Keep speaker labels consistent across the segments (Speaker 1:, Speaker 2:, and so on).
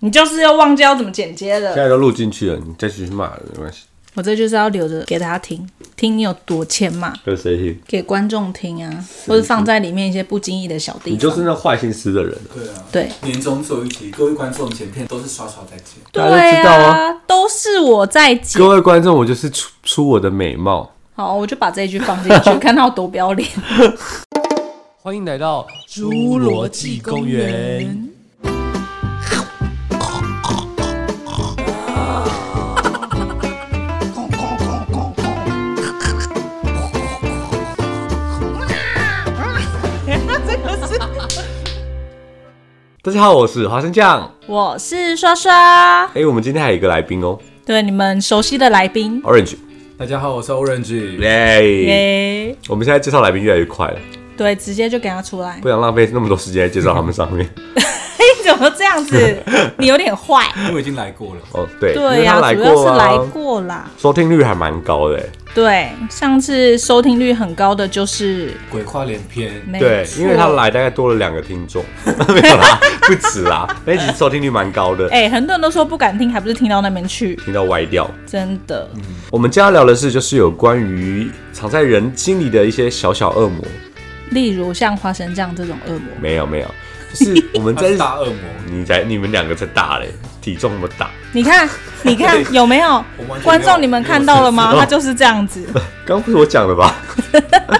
Speaker 1: 你就是又忘记要怎么剪接
Speaker 2: 现
Speaker 1: 了。
Speaker 2: 在都录进去了，你再继续骂没关系。
Speaker 1: 我这就是要留着给他听，听你有多欠骂，
Speaker 2: 跟谁听？
Speaker 1: 给观众听啊，或者放在里面一些不经意的小地
Speaker 2: 你
Speaker 1: 方。
Speaker 2: 就是那坏心思的人。
Speaker 3: 对啊，
Speaker 1: 对
Speaker 3: 年终做一题，各位观众剪片都是刷刷在剪，
Speaker 2: 大家
Speaker 1: 对
Speaker 2: 都知道
Speaker 1: 啊
Speaker 2: 啊，
Speaker 1: 都是我在剪。
Speaker 2: 各位观众，我就是出出我的美貌。
Speaker 1: 好，我就把这一句放进 去，看他有多 不要脸。
Speaker 2: 欢迎来到
Speaker 4: 侏罗纪公园。
Speaker 2: 大家好，我是花生酱。
Speaker 1: 我是刷刷，
Speaker 2: 哎、我们今天还有一个来宾哦
Speaker 1: 对你们熟悉的来宾。
Speaker 2: ，Orange。
Speaker 3: 大家好，我是 Orange。
Speaker 2: 耶、
Speaker 1: 耶、
Speaker 2: 我们现在介绍来宾越来越快了，
Speaker 1: 对，直接就给他出来
Speaker 2: 不。想浪费那么多时间在介绍他们上面。
Speaker 1: 嘿，怎么这样 子？你有点坏。
Speaker 3: 因为我已经来过了，
Speaker 2: 哦，对，因
Speaker 1: 对
Speaker 2: 为
Speaker 1: 呀、
Speaker 2: 他来
Speaker 1: 主
Speaker 2: 过
Speaker 1: 要是
Speaker 2: 啊
Speaker 1: 来过啦。
Speaker 2: 收听率还蛮高的欸。
Speaker 1: 对，上次收听率很高的就是
Speaker 3: 鬼话连篇，
Speaker 1: 没
Speaker 2: 对，
Speaker 1: 错
Speaker 2: 因为他。来大概多了两个听众， 没有啦，不止啦，那一集收听率蛮高的，
Speaker 1: 哎、很多人都说不敢听，还不是听到那边去，
Speaker 2: 听到歪掉。
Speaker 1: 真的。
Speaker 2: 我们今天要聊的是，就是有关于藏在人心里的一些小小恶魔。
Speaker 1: 例如像花生酱这种恶魔，
Speaker 2: 没有没有，就是我 们
Speaker 3: 他
Speaker 2: 在
Speaker 3: 是大恶魔，
Speaker 2: 你在你们两个在大嘞，体重那么大。
Speaker 1: 你 看，你看有没有
Speaker 3: 我完全没有
Speaker 1: 观众？你们看到了吗？
Speaker 2: 没有
Speaker 1: 他就是这样 子。
Speaker 2: 刚不是我讲的吧？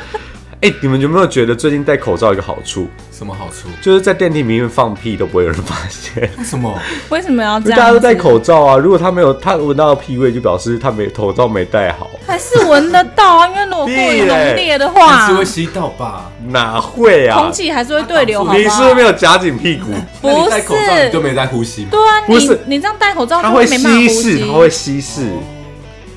Speaker 2: 哎、你们有没有觉得最近戴口罩有一个好处，
Speaker 3: 什么好处？
Speaker 2: 就是在电梯里面放屁都不会有人发现，
Speaker 3: 为什么？
Speaker 1: 为什么要
Speaker 2: 因
Speaker 1: 这
Speaker 2: 为
Speaker 1: 样？
Speaker 2: 大家都戴口，罩啊。如果他没有他闻到屁味，就表示他没口罩没戴好。
Speaker 1: 还是闻得到啊？因为如果过于浓烈的话
Speaker 3: 你是，会吸到吧？
Speaker 2: 哪会啊？
Speaker 1: 空气还是会对流，好不好？
Speaker 2: 你是不是没有夹紧屁股？
Speaker 3: 那
Speaker 1: 不，
Speaker 3: 你戴口罩你就是没在呼吸吗？
Speaker 1: 对啊，
Speaker 2: 不是
Speaker 1: 你你这样戴口罩，
Speaker 2: 它
Speaker 1: 就
Speaker 2: 会
Speaker 1: 没办法
Speaker 2: 稀
Speaker 1: 呼
Speaker 2: 释，
Speaker 1: 吸，
Speaker 2: 它会稀释。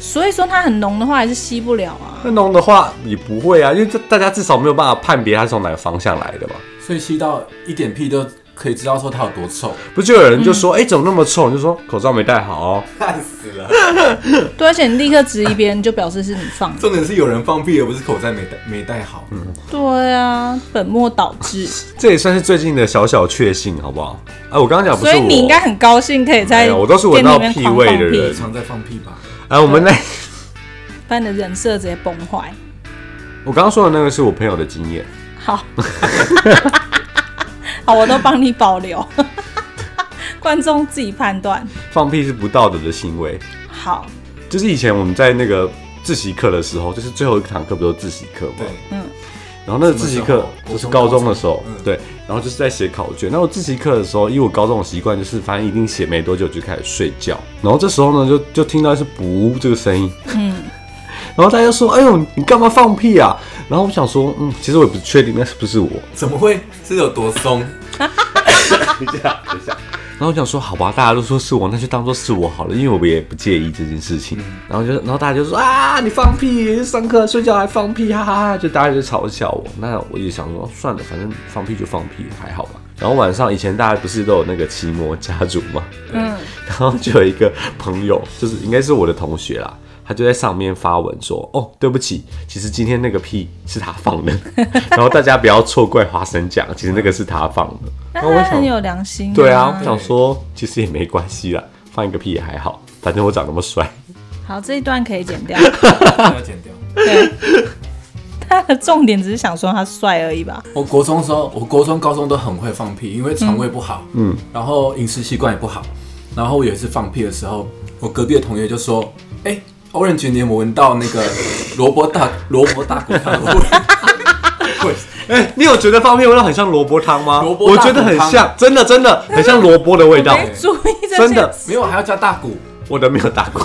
Speaker 1: 所以说它很浓的话，还是吸不了啊。
Speaker 2: 那浓的话也不会啊，因为这大家至少没有办法判别它是从哪个方向来的嘛。
Speaker 3: 所以吸到一点屁都可以知道说它有多臭，
Speaker 2: 不就有人就
Speaker 1: 嗯
Speaker 2: 说，哎、怎么那么臭？你就说口罩没戴好、哦。
Speaker 3: 烂死了。
Speaker 1: 对，而且你立刻质疑别人，就表示是你放 的。
Speaker 3: 重点是有人放屁，而不是口罩没戴没戴好。嗯，
Speaker 1: 对啊，本末倒置。
Speaker 2: 这也算是最近的小小确幸，好不好？哎、我刚刚讲不
Speaker 1: 所
Speaker 2: 是
Speaker 1: 以
Speaker 2: 我，
Speaker 1: 你应该很高兴，可以在
Speaker 2: 没有我都是闻到
Speaker 1: 店里面
Speaker 2: 屁
Speaker 1: 狂
Speaker 2: 味
Speaker 1: 放
Speaker 2: 的
Speaker 1: 屁
Speaker 2: 人
Speaker 3: 常在放屁吧？
Speaker 2: 哎、我们那
Speaker 1: 把你的人设直接崩坏。
Speaker 2: 我刚刚说的那个是我朋友的经验，
Speaker 1: 好， 好，我都帮你保留， 观众自己判断。
Speaker 2: 放屁是不道德的行为。
Speaker 1: 好，
Speaker 2: 就是以前我们在那个自习课的时候，就是最后一堂课不都是自习课吗？
Speaker 3: 对，
Speaker 2: 然后那个自习课就
Speaker 3: 什么时候
Speaker 2: 是高中的时候
Speaker 3: 国中高，嗯中
Speaker 2: 对，然后就是在写考卷。那我自习课的时候，以我高中的习惯，就是反正一定写没多久就开始睡觉。然后这时候呢，就就听到是“噗”这个声音，嗯， 然后大家就说：“哎呦，你干嘛放屁啊？”然后我想说，嗯，其实我也不确定那是不是我。
Speaker 3: 怎么会是有多 松？
Speaker 2: 然后我想说，好吧，大家都说是我，那就当做是我好了，因为我也不介意这件事情。然后就，然后大家就说啊，你放屁，上课睡觉还放屁，哈哈哈！就大家就嘲笑我。那我也想说，算了，反正放屁就放屁，还好吧。然后晚上以前大家不是都有那个奇摩家族嘛，
Speaker 1: 嗯，
Speaker 2: 然后就有一个朋友，就是应该是我的同学啦，他就在上面发文说，哦，对不起，其实今天那个屁是他放的，然后大家不要错怪花生酱，其实那个是他放的。
Speaker 1: 那
Speaker 2: 然后我
Speaker 1: 他
Speaker 2: 想
Speaker 1: 很有良心、
Speaker 2: 对啊，我想说其实也没关系啦，放一个屁也还好，反正我长那么帅。
Speaker 1: 好，这一段可以剪掉。
Speaker 3: 要剪掉。
Speaker 1: 对， 他的重点只是想说他帅而已吧。
Speaker 3: 我国中的时候，我国中、高中都很会放屁，因为肠胃不好，嗯，然后饮食习惯也不好。然后我有一次放屁的时候，我隔壁的同学就说：“哎、o r a n g e 你有没有闻到那个萝卜大萝卜大骨汤的味？”
Speaker 2: 哎、你有觉得放屁味道很像萝卜汤吗？
Speaker 3: 萝卜
Speaker 2: 我
Speaker 3: 大
Speaker 2: 觉得
Speaker 3: 骨
Speaker 2: 很
Speaker 3: 汤
Speaker 2: 像，真的真的很像萝卜的味道。
Speaker 1: 没注意这些
Speaker 2: 真的
Speaker 3: 没有，还要加大骨，
Speaker 2: 我的没有打过，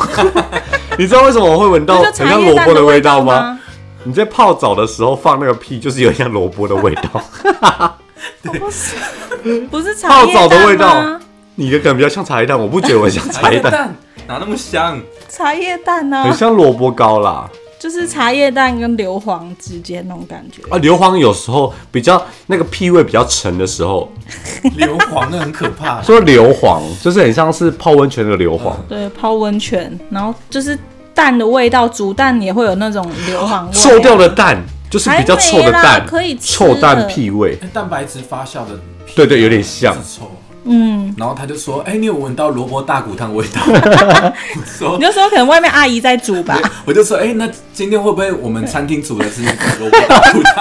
Speaker 2: 你知道为什么我会闻到
Speaker 1: 不就
Speaker 2: 哦很
Speaker 1: 茶
Speaker 2: 像
Speaker 1: 叶
Speaker 2: 萝
Speaker 1: 蛋
Speaker 2: 卜的
Speaker 1: 味
Speaker 2: 味道吗
Speaker 1: 吗？？
Speaker 2: 你在泡澡的时候放那个屁，就是有点像萝卜的味道。
Speaker 1: 不哦是茶叶蛋吗
Speaker 2: 泡澡的味道，你的可能比较像茶叶蛋，我不觉得我像 茶叶蛋，
Speaker 3: 哪那么香？
Speaker 1: 茶叶蛋啊呢、
Speaker 2: 很像萝卜糕啦。
Speaker 1: 就是茶叶蛋跟硫磺之间那种感
Speaker 3: 哦
Speaker 1: 觉。
Speaker 2: 啊，硫磺有时候比较那个屁味比较沉的时候，，
Speaker 3: 硫磺那很可怕
Speaker 2: 说硫磺就是很像是泡温泉的硫磺。
Speaker 1: 对，泡温泉，然后就是蛋的味道，煮蛋也会有那种硫
Speaker 3: 啊
Speaker 1: 磺味、啊
Speaker 2: 臭掉的蛋就是比较臭的
Speaker 1: 还没啦
Speaker 2: 蛋，
Speaker 1: 可以吃
Speaker 3: 哎
Speaker 2: 臭蛋屁味。
Speaker 3: 蛋白质发酵的屁，
Speaker 2: 对对有点像
Speaker 3: 是臭。嗯，然后他就说，哎、你有闻到萝卜大骨汤味道？ 我说
Speaker 1: 你，就说可能外面阿姨在煮吧，
Speaker 3: 我就说，哎、那今天会不会我们餐厅煮的是那个萝卜大骨汤？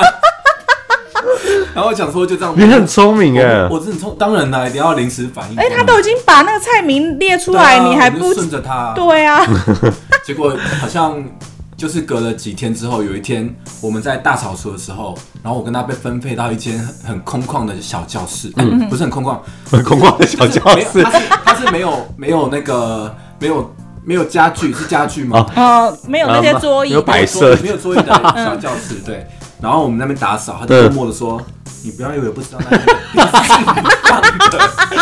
Speaker 3: 然后我想说就这样，
Speaker 2: 你很聪明哎
Speaker 3: 我，我真的从当然啦，一定要临时反应。
Speaker 1: 哎，他都已经把那个菜名列出
Speaker 3: 对啊
Speaker 1: 来，你还
Speaker 3: 我就
Speaker 1: 不
Speaker 3: 顺着他？
Speaker 1: 对啊？
Speaker 3: 结果好像就是隔了几天之后，有一天我们在大扫除的时候，然后我跟他被分配到一间很很空旷的小教室，嗯，不是很空旷，
Speaker 2: 空旷的小教
Speaker 3: 没有，
Speaker 2: 室
Speaker 3: 它是它是没有没有那个没有没有家具，是家具吗？
Speaker 2: 哦
Speaker 1: 哦，没有那些
Speaker 2: 啊
Speaker 1: 桌椅
Speaker 2: 没有，摆
Speaker 3: 没有桌
Speaker 2: 设
Speaker 3: 椅没有桌椅的小教室，对。然后我们那边打扫，他就
Speaker 2: 嗯
Speaker 3: 默默的说：“你不要以为不知道那里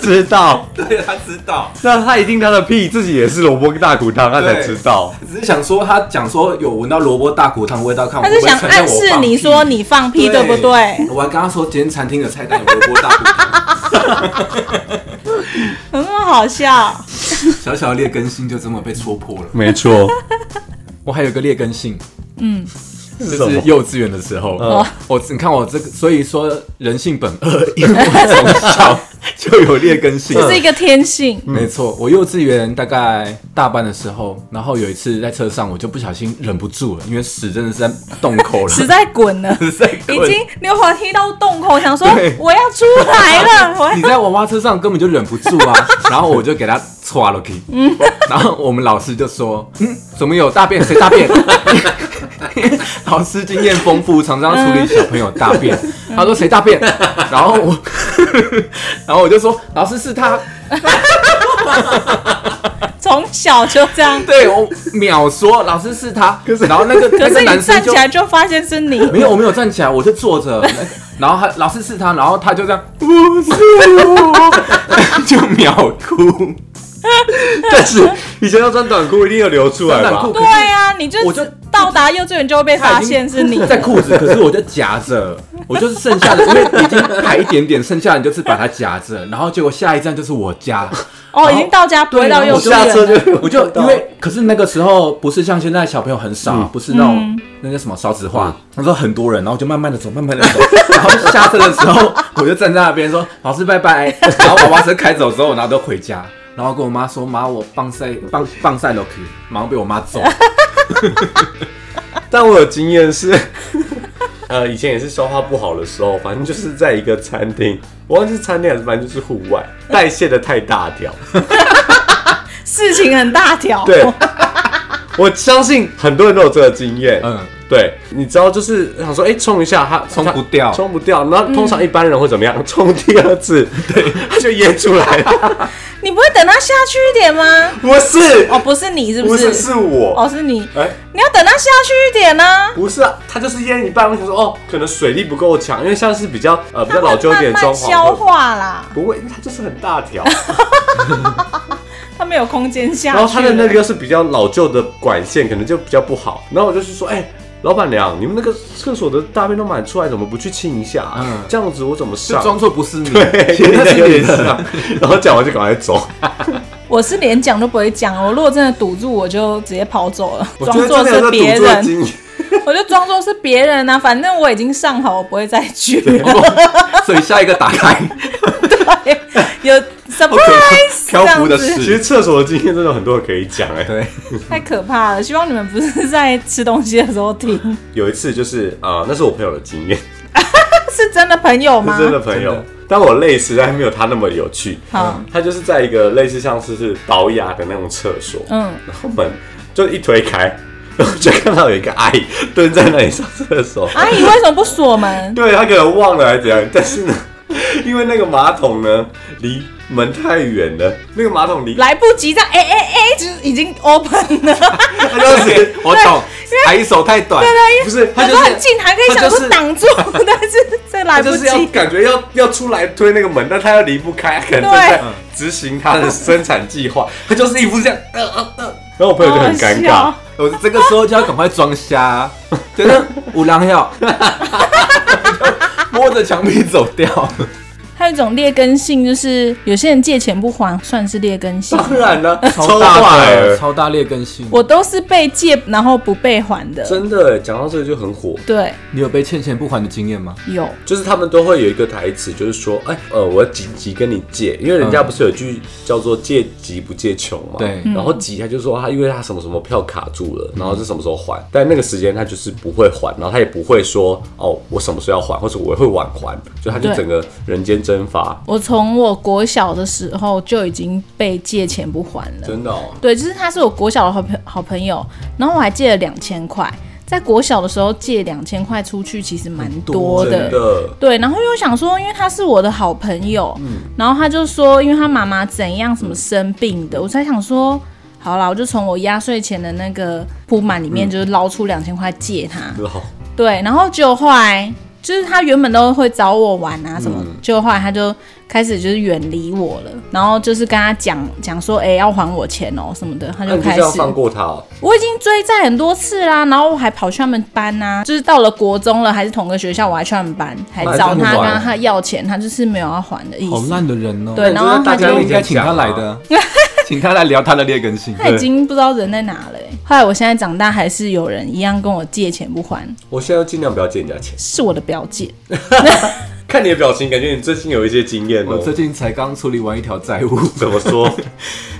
Speaker 2: 知道，
Speaker 3: 对，他知道。
Speaker 2: 那他一定他的屁自己也是萝卜大骨汤，他才知道。
Speaker 3: 只是想说，他讲说有闻到萝卜大骨汤味道，看我
Speaker 1: 他
Speaker 3: 会
Speaker 1: 是
Speaker 3: 不会
Speaker 1: 想
Speaker 3: 承认
Speaker 1: 暗
Speaker 3: 我
Speaker 1: 示
Speaker 3: 放
Speaker 1: 你说你放屁，对不对？
Speaker 3: 我还跟他说，今天餐厅的菜单有萝卜大骨汤，
Speaker 1: 怎么那么好笑？
Speaker 3: 小小的劣根性就这么被戳破了。
Speaker 2: 没错，
Speaker 3: 我还有一个劣根性，嗯，
Speaker 2: 什
Speaker 3: 就是
Speaker 2: 么
Speaker 3: 幼稚园的时候，
Speaker 1: 哦
Speaker 2: 嗯
Speaker 3: 我你看我这个，所以说人性本恶，因为我从小就有劣 根性。
Speaker 1: 这是一个天性，
Speaker 3: 没错，我幼稚园大概大班的时候，然后有一次在车上，我就不小心忍不住了，因为屎真的是在洞 口了，
Speaker 1: 实在滚 了，
Speaker 3: 实在
Speaker 1: 已
Speaker 3: 滚
Speaker 1: 经溜滑梯到洞口，想说
Speaker 3: 对
Speaker 1: 我要出来了，我要
Speaker 3: 你在娃娃车上根本就忍不住啊，然后我就给他戳了 k 嗯，然后我们老师就说，嗯，怎么有大便？谁大便？老师经验丰富，常常处理小朋友大便。他说谁大便？然后我，然后我就说老师是他，
Speaker 1: 从小就这样。
Speaker 3: 对我秒说老师是他。然后那个
Speaker 1: 可
Speaker 3: 那
Speaker 1: 是
Speaker 3: 个
Speaker 1: 你
Speaker 3: 男
Speaker 1: 站
Speaker 3: 生
Speaker 1: 起
Speaker 3: 就
Speaker 1: 来就发现是你，
Speaker 3: 没有，我没有站起来，我就坐着。然后他老师是他，然后他就这样， 不
Speaker 2: 嗯
Speaker 3: 是我，就秒哭。
Speaker 2: 但是以前要穿短裤，一定有流出来
Speaker 3: 短
Speaker 2: 吧
Speaker 3: 裤？可
Speaker 1: 对
Speaker 3: 是
Speaker 1: 呀、你就
Speaker 3: 我就
Speaker 1: 到达幼稚园就会被发现是 你，
Speaker 3: 在裤子，可是我就夹着，我就是剩下的，因为已经排一点点，剩下的你就是把它夹着，然后结果下一站就是我家，
Speaker 1: 哦，已经到家不会到
Speaker 3: 对
Speaker 1: 幼
Speaker 2: 我
Speaker 1: 稚
Speaker 2: 下车
Speaker 1: 园了。
Speaker 2: 就嗯
Speaker 3: 我就因为可是那个时候不是像现在小朋友很少，不是那
Speaker 1: 嗯
Speaker 3: 种那叫什么少子化，他说很多人，然后我就慢慢的走，慢慢的走，然后下车的时候我就站在那边 说老师拜拜，然后娃娃车开走之后，然后都回家。然后跟我妈说：“妈，我棒赛棒棒赛 l o k 马上被我妈 揍。
Speaker 2: 但我有经验是， 呃，以前也是消化不好的时候，反正就是在一个餐厅，我忘记是餐厅还是反正就是户外，代谢的太大条。
Speaker 1: 事情很大条，
Speaker 2: 对，我相信很多人都有这个经验。
Speaker 3: 嗯
Speaker 2: 嗯，对，你知道就是想说，哎、冲一下，它
Speaker 3: 冲不掉
Speaker 2: 冲不掉。
Speaker 1: 嗯
Speaker 2: 然后通常一般人会怎么样？ 冲第二次， 对，它就淹出来了。
Speaker 1: 你不会等他下去一点吗？
Speaker 2: 不 是，
Speaker 1: 哦，不是你是
Speaker 2: 不
Speaker 1: 是？
Speaker 2: 是，是我。
Speaker 1: 哦，是你，
Speaker 2: 哎、
Speaker 1: 你要等他下去一点呢、
Speaker 2: 不是啊，它就是淹一半。我想说，哦，可能水力不够强，因为像是比较呃比
Speaker 1: 它会
Speaker 2: 较老旧一点的
Speaker 1: 慢
Speaker 2: 装
Speaker 1: 慢消
Speaker 2: 潢会。
Speaker 1: 化啦，
Speaker 2: 不会，因为它就是很大条，
Speaker 1: 它没有空间下去。
Speaker 2: 然后它的那个又是比较老旧的管线，可能就比较不好。然后我就是说，哎、老板娘，你们那个厕所的大便都满出来，怎么不去清一下、啊？
Speaker 3: 嗯
Speaker 2: 这样子我怎么”
Speaker 3: 就
Speaker 2: 上？
Speaker 3: 装作不是你，
Speaker 2: 对，
Speaker 3: 其实那是啊你的。
Speaker 2: 上。然后讲完就赶快走。
Speaker 1: 我是连讲都不会讲，我如果真的堵住，我就直接跑走了，
Speaker 2: 我
Speaker 1: 装
Speaker 2: 觉得
Speaker 1: 作
Speaker 2: 真的有
Speaker 1: 是
Speaker 2: 在
Speaker 1: 别
Speaker 2: 赌这个经
Speaker 1: 人，
Speaker 2: 验，
Speaker 1: 我就装作是别人啊，反正我已经上好，我不会再去了。
Speaker 3: 所以下一个打开，
Speaker 1: 对， 有 surprise 这
Speaker 3: 漂浮
Speaker 1: 样
Speaker 3: 的
Speaker 1: 子，
Speaker 2: 其实厕所的经验真的有很多可以讲哎、
Speaker 3: 对，
Speaker 1: 太可怕了。希望你们不是在吃东西的时候 听，
Speaker 2: 有一次就是啊、呃那是我朋友的经验，
Speaker 1: 是真的朋友吗
Speaker 2: 是？真的朋友
Speaker 3: 真的，
Speaker 2: 但我类似，但没有他那么有趣。
Speaker 1: 好，
Speaker 2: 他就是在一个类似像是是保雅的那种厕所，
Speaker 1: 嗯，
Speaker 2: 然后门就一推开，然后就看到有一个阿姨蹲在那里上厕所。
Speaker 1: 阿姨为什么不锁门？
Speaker 2: 对他可能忘了还是怎样，但是呢，因为那个马桶呢离门太远了，那个马桶离
Speaker 1: 来不及，这样哎哎哎，就是已经 open 了。
Speaker 2: 他就是
Speaker 3: 我懂，阿姨手太短，
Speaker 2: 不是 他
Speaker 1: 有
Speaker 2: 就
Speaker 1: 时候很
Speaker 2: 是
Speaker 1: 近还可以想说挡住，但 是这来
Speaker 2: 他
Speaker 1: 不
Speaker 2: 就
Speaker 1: 及
Speaker 2: 是。要感觉要要出来推那个门，但他又离不开，他可能正在
Speaker 1: 对
Speaker 2: 执行他的生产计划，他就是一副这样，呃呃呃，然后我朋友就很尴
Speaker 1: 好
Speaker 2: 尬
Speaker 1: 好笑，
Speaker 3: 我这个时候就要赶快装瞎， 就是五郎要摸着墙壁走掉。
Speaker 1: 还有一种劣根性，就是有些人借钱不还，算是劣根 性。
Speaker 2: 当然了，
Speaker 3: 超大的，超大劣根性。
Speaker 1: 我都是被借然后不被还的。
Speaker 2: 真的耶，讲到这个就很火。
Speaker 1: 对，
Speaker 3: 你有被欠钱不还的经验吗？
Speaker 1: 有
Speaker 2: 就是他们都会有一个台词，就是说，哎、呃，我紧急跟你借，因为人家不是有句叫做“借急不借穷”嘛。
Speaker 3: 对
Speaker 2: 然后急他就说啊他因为他什么什么票卡住了，然后是什么时候还，但那个时间他就是不会还，然后他也不会说哦，我什么时候要还，或者我会晚还，就他就
Speaker 1: 对
Speaker 2: 整个人间蒸发，
Speaker 1: 我从我国小的时候就已经被借钱不还了。
Speaker 2: 真的、哦。
Speaker 1: 对，就是他是我国小的好朋好朋友，然后我还借了两千块，在国小的时候借两千块出去，其实蛮多
Speaker 2: 真
Speaker 3: 哦
Speaker 2: 的，
Speaker 1: 对，然后又想说，因为他是我的好朋友，
Speaker 2: 嗯
Speaker 1: 然后他就说，因为他妈妈怎样什么生病的，我才想说，好啦，我就从我压岁钱的那个铺满里
Speaker 2: 嗯
Speaker 1: 面，就是捞出两千块借他。
Speaker 2: 好，
Speaker 1: 对，然后就后来就是他原本都会找我玩啊什么，
Speaker 2: 嗯
Speaker 1: 就后来他就开始就是远离我了，然后就是跟他讲讲说，哎、要还我钱哦、什么的，他就
Speaker 2: 那哎你就
Speaker 1: 开
Speaker 2: 是要
Speaker 1: 始。
Speaker 2: 放过他、哦。
Speaker 1: 我已经追债很多次啦，然后我还跑去他们班呐、就是到了国中了，还是同个学校，我还去他们班，还找
Speaker 2: 那
Speaker 1: 他
Speaker 2: 这么晚
Speaker 1: 跟他要钱，他就是没有要还的意
Speaker 3: 好
Speaker 1: 思。
Speaker 3: 烂的人哦。
Speaker 1: 对然后
Speaker 2: 那啊
Speaker 1: 他
Speaker 2: 你
Speaker 1: 就
Speaker 2: 就在大家
Speaker 3: 应该请他来的， 请他来聊他的劣根性。
Speaker 1: 他已经不知道人在哪了、欸。后来我现在长大，还是有人一样跟我借钱不还，
Speaker 2: 我现在尽量不要借人家钱。
Speaker 1: 是我的表姐。
Speaker 2: 看你的表情，感觉你最近有一些经验
Speaker 3: 我
Speaker 2: 哦。
Speaker 3: 最近才刚处理完一条债务，
Speaker 2: 怎么说？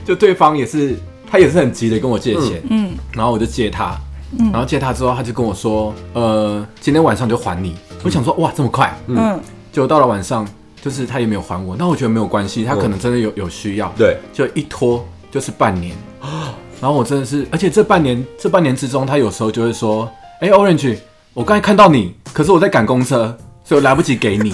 Speaker 3: 就对方也是，他也是很急的跟我借钱，嗯，然后我就借他，然后借他之后，他就跟我说，呃，今天晚上就还你。我想说，哇，这么快，
Speaker 1: 嗯，
Speaker 3: 结果到了晚上，就是他也没有还我，那我觉得没有关系，他可能真的有有需要，
Speaker 2: 对，
Speaker 3: 就一拖就是半年，然后我真的是，而且这半年这半年之中，他有时候就会说，哎、o
Speaker 2: 哦
Speaker 3: r a n g e 我刚才看到你，可是我在赶公车，所以我来不及给你，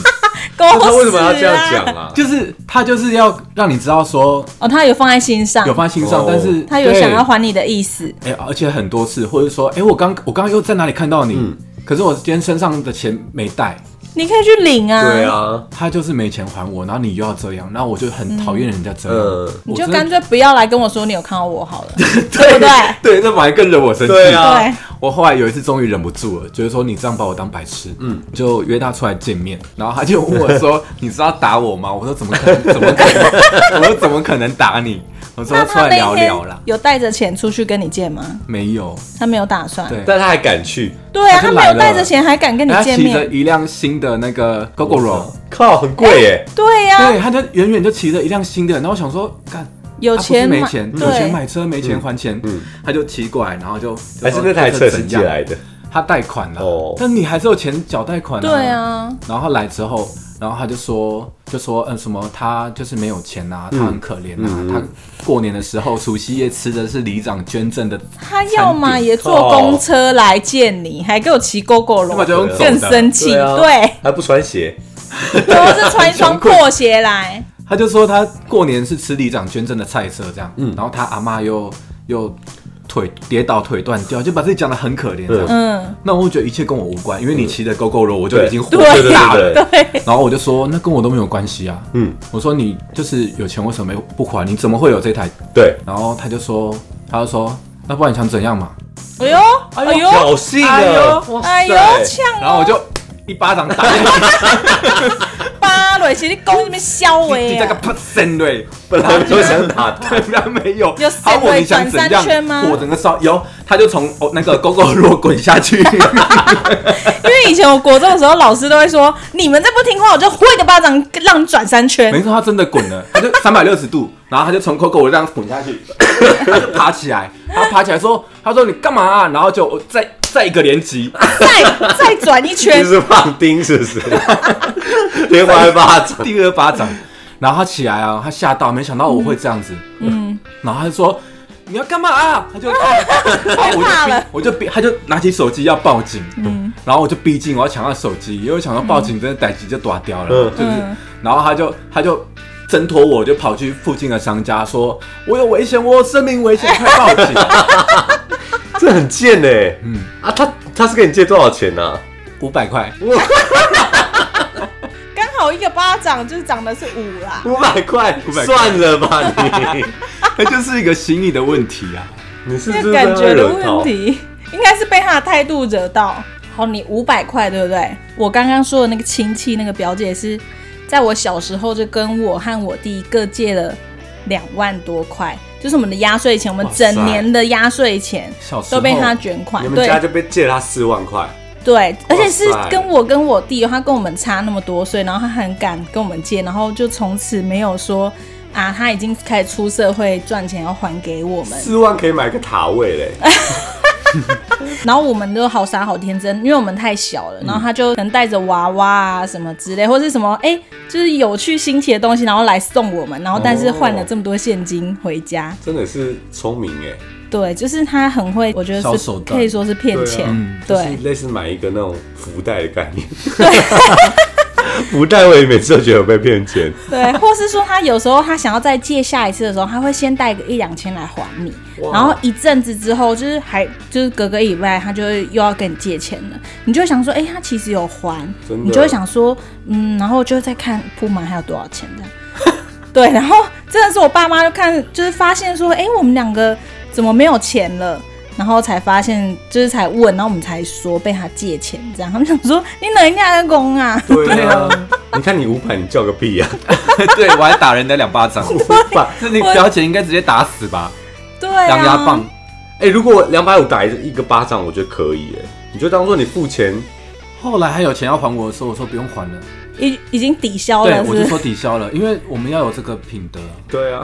Speaker 1: 狗
Speaker 2: 那他为什么要
Speaker 1: 屎
Speaker 2: 这样
Speaker 1: 啊
Speaker 2: 讲？ 啊？
Speaker 3: 就是他就是要让你知道说
Speaker 1: 哦，他有放在心上，
Speaker 3: 有放在心上，
Speaker 2: 哦
Speaker 3: 但是
Speaker 1: 他有想
Speaker 3: 对
Speaker 1: 要还你的意思。
Speaker 3: 哎、而且很多次，或者说，哎、我刚我刚刚又在哪里看到你？
Speaker 2: 嗯
Speaker 3: 可是我今天身上的钱没带，
Speaker 1: 你可以去领啊。
Speaker 2: 对，啊，
Speaker 3: 他就是没钱还我，然后你又要这样，那我就很讨厌人家这
Speaker 2: 嗯
Speaker 3: 样。
Speaker 2: 嗯
Speaker 1: 你
Speaker 3: 我
Speaker 1: 就
Speaker 3: 真的
Speaker 1: 干脆不要来跟我说你有看到我好 了，对不对？
Speaker 3: 对，那反而更惹我生气。
Speaker 2: 对啊
Speaker 1: 对，
Speaker 3: 我后来有一次终于忍不住了，就是说你这样把我当白痴，嗯，就约他出来见面，然后他就问我说：“你知道打我吗？”我说：“怎么可能？怎么可能？我说怎么可能打你？”我说
Speaker 1: 那：“
Speaker 3: 出
Speaker 1: 他
Speaker 3: 来
Speaker 1: 那
Speaker 3: 聊
Speaker 1: 天
Speaker 3: 聊啦。
Speaker 1: 有带着钱出去跟你见吗？”
Speaker 3: 没有，
Speaker 1: 他没有打算。
Speaker 3: 对
Speaker 2: 但他还敢去，
Speaker 1: 对啊，他
Speaker 3: 他就
Speaker 1: 没
Speaker 3: 来
Speaker 1: 有
Speaker 3: 了哎
Speaker 1: 带着钱还敢跟你
Speaker 3: 他
Speaker 1: 见
Speaker 3: 骑着
Speaker 1: 面。
Speaker 3: 一辆新的那个 GoGo
Speaker 2: 靠，很贵耶。
Speaker 1: 哎对啊呀、
Speaker 3: 对，他就远远就骑着一辆新的，然后我想说，干。
Speaker 1: 有
Speaker 3: 他不是
Speaker 1: 钱
Speaker 3: 没
Speaker 1: 买
Speaker 3: 钱，
Speaker 1: 对
Speaker 3: 有钱买啊车没钱还钱，他就骑过来，然后就
Speaker 1: 哎
Speaker 3: 哦
Speaker 2: 还是那台车是借，
Speaker 3: 就说这
Speaker 2: 来的？
Speaker 3: 怎样他贷款了
Speaker 2: 哦，
Speaker 3: 但你还是有钱缴贷款。
Speaker 1: 对，啊，
Speaker 3: 然后来之后，然后他就说，就说嗯什么他就是没有钱啊，他很可怜啊，他过年的时候除夕夜吃的是里长捐赠的，
Speaker 1: 他要嘛也坐公车来见你，还给我骑 GoGo
Speaker 3: 那么就
Speaker 1: 龙，
Speaker 3: 用走
Speaker 1: 更
Speaker 3: 的
Speaker 1: 生气。
Speaker 2: 对啊
Speaker 1: 对，
Speaker 2: 还不穿鞋，
Speaker 1: 我是穿一 双破鞋来，
Speaker 3: 他就说他过年是吃里长捐赠的菜色这样，然后他阿妈又又腿跌倒腿断掉，就把自己讲的很可怜这样。
Speaker 1: 嗯，
Speaker 3: 那我会觉得一切跟我无关，因为你骑的 GoGo 肉，我就
Speaker 2: 对
Speaker 3: 已经火
Speaker 1: 对
Speaker 2: 对对
Speaker 3: 大了。
Speaker 2: 对对，
Speaker 3: 然后我就说，那跟我都没有关系啊。
Speaker 2: 嗯，
Speaker 3: 我说你就是有钱，为什么不还？你怎么会有这台？
Speaker 2: 对，
Speaker 3: 然后他就说，他就说，那不然你想怎样嘛？
Speaker 1: 哎呦，哎呦，
Speaker 2: 挑衅的，
Speaker 1: 哎呦，
Speaker 2: 哇塞
Speaker 1: 呛
Speaker 3: 然后我就一巴掌打进去，
Speaker 1: 巴瑞，其实攻你们削
Speaker 3: 你
Speaker 1: 尾
Speaker 3: 这个
Speaker 1: 啊！
Speaker 3: 喷森瑞，
Speaker 2: 本来就想打他，
Speaker 3: 对，然后没有
Speaker 1: 有。
Speaker 3: 他问你想怎
Speaker 1: 闪
Speaker 3: 样
Speaker 1: 三圈吗，
Speaker 3: 我整个烧有，他就从哦那个 GoGo 肉滚下 去。
Speaker 1: 因为以前我国中的时候，老师都会说，你们再不听话，我就挥个巴掌让你转三圈
Speaker 3: 没。错，他真的滚了，他就三百六十度，然后他就从 Coco 这样滚下去，他就爬起来，他爬起来说：“他说你干嘛、啊？”然后就再再一个连击，
Speaker 1: 再再转一圈
Speaker 2: 就，是放钉是不 是？连环巴掌，
Speaker 3: 第二巴掌，然后他起来啊，他吓到，没想到我会这样子，嗯，然后他就说。你要干嘛啊？ 他就，然后我就
Speaker 1: 怕了
Speaker 3: 逼，我就逼，他就拿起手机要报警，
Speaker 1: 嗯
Speaker 3: 然后我就逼近，我要抢他手机，因为我想到报警真的逮机就抓掉了，
Speaker 2: 嗯
Speaker 3: 就是
Speaker 1: 嗯，
Speaker 3: 然后他就他就挣脱我，就跑去附近的商家说：“我有危险，我有生命危险，快报 警！”
Speaker 2: 这很贱哎。
Speaker 3: 嗯
Speaker 2: 啊，他他是跟你借多少钱啊呢？
Speaker 3: 五百块，
Speaker 1: 刚好一个巴掌就是长的是五啦。
Speaker 2: 五百块
Speaker 3: 500块，
Speaker 2: 算 了吧你，
Speaker 3: 那就是一个心意的问题啊。
Speaker 2: 你是不
Speaker 1: 这
Speaker 2: 是
Speaker 1: 个
Speaker 2: 被他
Speaker 1: 感觉的
Speaker 2: 惹
Speaker 1: 问
Speaker 2: 到？
Speaker 1: 题， 应该是被他的态度惹到。好，你五百块对不对？我刚刚说的那个亲戚那个表姐是在我小时候就跟我和我弟各借了两万多块，就是我们的压岁钱，我们
Speaker 2: 哇塞
Speaker 1: 整年的压岁钱
Speaker 3: 小时候
Speaker 1: 都被他卷款
Speaker 2: 你，们
Speaker 1: 对
Speaker 2: 家就被借了他四万块，
Speaker 1: 对，而且是
Speaker 2: 哇塞
Speaker 1: 跟我跟我弟哦，他跟我们差那么多岁，然后他很敢跟我们借，然后就从此没有说啊，他已经开始出社会赚钱要还给我们，
Speaker 2: 四万可以买个塔位嘞。
Speaker 1: 哎然后我们都好傻好天真，因为我们太小
Speaker 3: 嗯
Speaker 1: 了，然后他就可能带着娃娃啊什么之类，或是什么哎、就是有趣新奇的东西，然后来送我们，然后但是换了这么多现金回家，
Speaker 2: 真的是聪明哎，
Speaker 1: 对，就是他很会，我觉得
Speaker 3: 小
Speaker 1: 是
Speaker 3: 手段啊
Speaker 1: 可以说是骗钱，
Speaker 2: 啊就
Speaker 3: 嗯
Speaker 1: 对,、
Speaker 2: 是类似买一个那种福袋的概 念。福袋我也每次都觉得有被骗 钱，
Speaker 1: 对，或是说他有时候他想要再借下一次的时候，他会先带个一两千来还你，
Speaker 2: 哇
Speaker 1: 然后一阵子之后，就是还就是隔个以外，他就会又要跟你借钱了，你就会想说，哎、他其实有还，
Speaker 2: 真的
Speaker 1: 你就会想说，嗯，然后就会再看铺满还有多少钱这样。 对，然后真的是我爸妈就看，就是发现说，哎、我们两个怎么没有钱了？然后才发现，就是才问，然后我们才说被他借钱这样。他们想说你哪一家工啊？
Speaker 2: 对啊，你看你五百，你叫个屁啊！
Speaker 3: 对我还打人家两 巴掌，
Speaker 2: 五百，
Speaker 3: 这你表姐应该直接打死吧，
Speaker 1: 对啊，
Speaker 3: 狼牙棒。
Speaker 2: 哎，如果两百五打一个巴掌，我觉得可以哎，你就当做你付钱，
Speaker 3: 后来还有钱要还我的时候，我说不用还了，
Speaker 1: 已已经抵消
Speaker 3: 对
Speaker 1: 了，是
Speaker 3: 我
Speaker 1: 不？
Speaker 3: 就是说抵消了，因为我们要有这个品德，
Speaker 2: 对啊，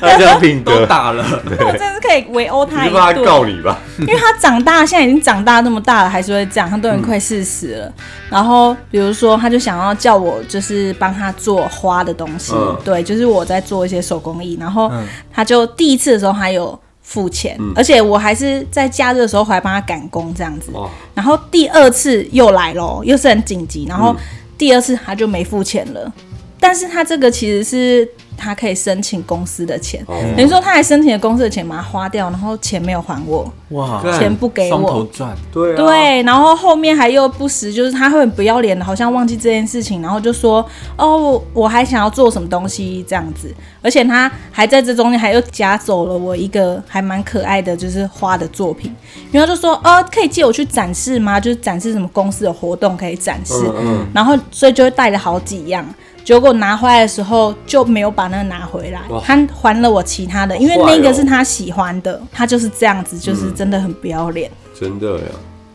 Speaker 2: 他这样品
Speaker 3: 都
Speaker 2: 德，
Speaker 3: 打了，
Speaker 1: 我真的是可以围殴他
Speaker 2: 你
Speaker 1: 一
Speaker 2: 就怕他告
Speaker 1: 顿，
Speaker 2: 你吧。
Speaker 1: 因为他长大，现在已经长大那么大了，还是会这样。他都已经快四十
Speaker 2: 嗯
Speaker 1: 了，然后比如说，他就想要叫我就是帮他做花的东西，
Speaker 2: 嗯
Speaker 1: 对，就是我在做一些手工艺，然后
Speaker 3: 嗯
Speaker 1: 他就第一次的时候还有付钱，
Speaker 2: 嗯
Speaker 1: 而且我还是在假日的时候还帮他赶工这样子，
Speaker 2: 哇，
Speaker 1: 然后第二次又来咯，又是很紧急，然
Speaker 2: 嗯
Speaker 1: 后第二次他就没付钱了。但是他这个其实是他可以申请公司的钱，
Speaker 2: 哦
Speaker 1: 等于说他还申请了公司的钱，把它花掉，然后钱没有还我，
Speaker 3: 哇，
Speaker 2: 干
Speaker 1: 钱不给
Speaker 3: 双头
Speaker 1: 我。
Speaker 3: 赚，
Speaker 2: 对啊，
Speaker 1: 对，然后后面还又不时就是他会很不要脸的，好像忘记这件事情，然后就说哦，我我还想要做什么东西这样子，而且他还在这中间还又夹走了我一个还蛮可爱的就是花的作品，然后就说呃，可以借我去展示吗？就是展示什么公司的活动可以展示，
Speaker 2: 嗯嗯，
Speaker 1: 然后所以就会带了好几样。结果拿回来的时候就没有把那个拿回来
Speaker 2: 哇，
Speaker 1: 他还了我其他的，因为
Speaker 2: 好坏哦嗯
Speaker 1: 那个是他喜欢的，他就是这样子，就是真的很不要脸，
Speaker 2: 真的呀，